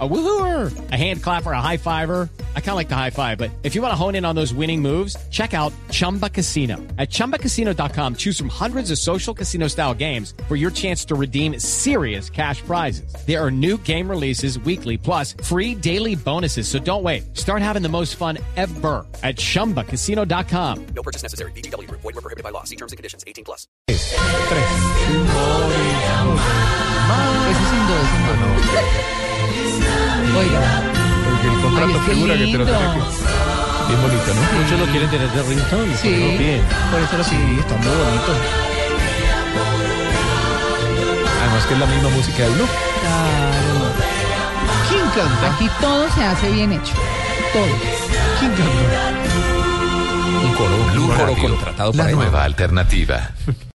A woohooer, a hand clapper, a high fiver. I kind of like the high five, but if you want to hone in on those winning moves, check out Chumba Casino. At chumbacasino.com, choose from hundreds of social casino style games for your chance to redeem serious cash prizes. There are new game releases weekly, plus free daily bonuses. So don't wait. Start having the most fun ever at chumbacasino.com. No purchase necessary. BGW. Void were prohibited by law. See terms and conditions. 18 plus. Tres. Ese es sin dos. Oiga, Porque el ay, contrato es que figura que te lo lindo. tenés que... Bien bonito, ¿no? Muchos lo quieren tener de ringtone, Sí, sí. lo piden. por eso lo piden. Está muy bonito. Además que es la misma música de Blue. Claro. ¿Quién canta? Aquí todo se hace bien hecho. Todo. ¿Quién canta? Un coro. Blue Radio, contratado la nueva alternativa.